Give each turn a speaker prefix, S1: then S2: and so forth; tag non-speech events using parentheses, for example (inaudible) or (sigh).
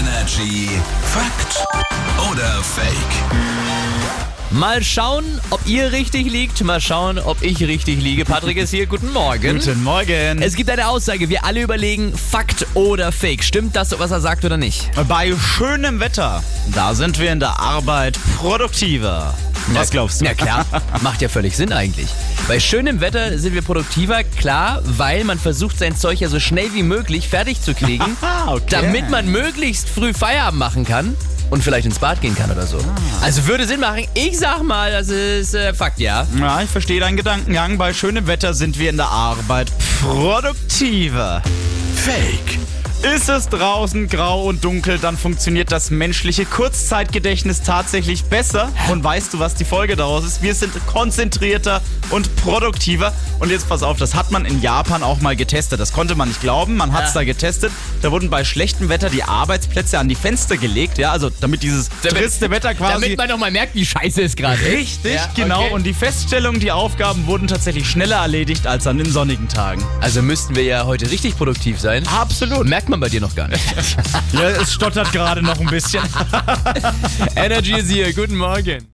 S1: Energy Fakt oder Fake?
S2: Mal schauen, ob ihr richtig liegt. Mal schauen, ob ich richtig liege. Patrick ist hier. Guten Morgen.
S3: Guten Morgen.
S2: Es gibt eine Aussage. Wir alle überlegen, Fakt oder Fake. Stimmt das, was er sagt oder nicht?
S3: Bei schönem Wetter, da sind wir in der Arbeit produktiver. Was
S2: Ja,
S3: glaubst du?
S2: Ja klar,
S3: (laughs)
S2: macht ja völlig Sinn eigentlich. Bei schönem Wetter sind wir produktiver, klar, weil man versucht, sein Zeug ja so schnell wie möglich fertig
S3: (laughs)
S2: zu kriegen,
S3: Ah, okay.
S2: damit man möglichst früh Feierabend machen kann und vielleicht ins Bad gehen kann oder so.
S3: Ah.
S2: Also würde Sinn machen. Ich sag mal, das ist äh, Fakt, ja.
S3: Ja, ich verstehe deinen Gedankengang. Bei schönem Wetter sind wir in der Arbeit produktiver.
S1: Fake.
S3: Ist es draußen grau und dunkel, dann funktioniert das menschliche Kurzzeitgedächtnis tatsächlich besser. Und weißt du, was die Folge daraus ist? Wir sind konzentrierter und produktiver. Und jetzt pass auf, das hat man in Japan auch mal getestet. Das konnte man nicht glauben. Man hat es
S2: Ja.
S3: da getestet. Da wurden bei schlechtem Wetter die Arbeitsplätze an die Fenster gelegt. Ja, also damit dieses triste Wetter quasi.
S2: Damit man nochmal merkt, wie scheiße es gerade ist.
S3: Ah, Richtig,
S2: Ja,
S3: genau.
S2: okay.
S3: Und die Feststellung, die Aufgaben wurden tatsächlich schneller erledigt als an den sonnigen Tagen.
S2: Also müssten wir ja heute richtig produktiv sein.
S3: Absolut.
S2: Merkt man bei dir noch gar nicht.
S3: (laughs) Ja, es stottert gerade noch ein bisschen.
S2: Energy ist hier. Guten Morgen.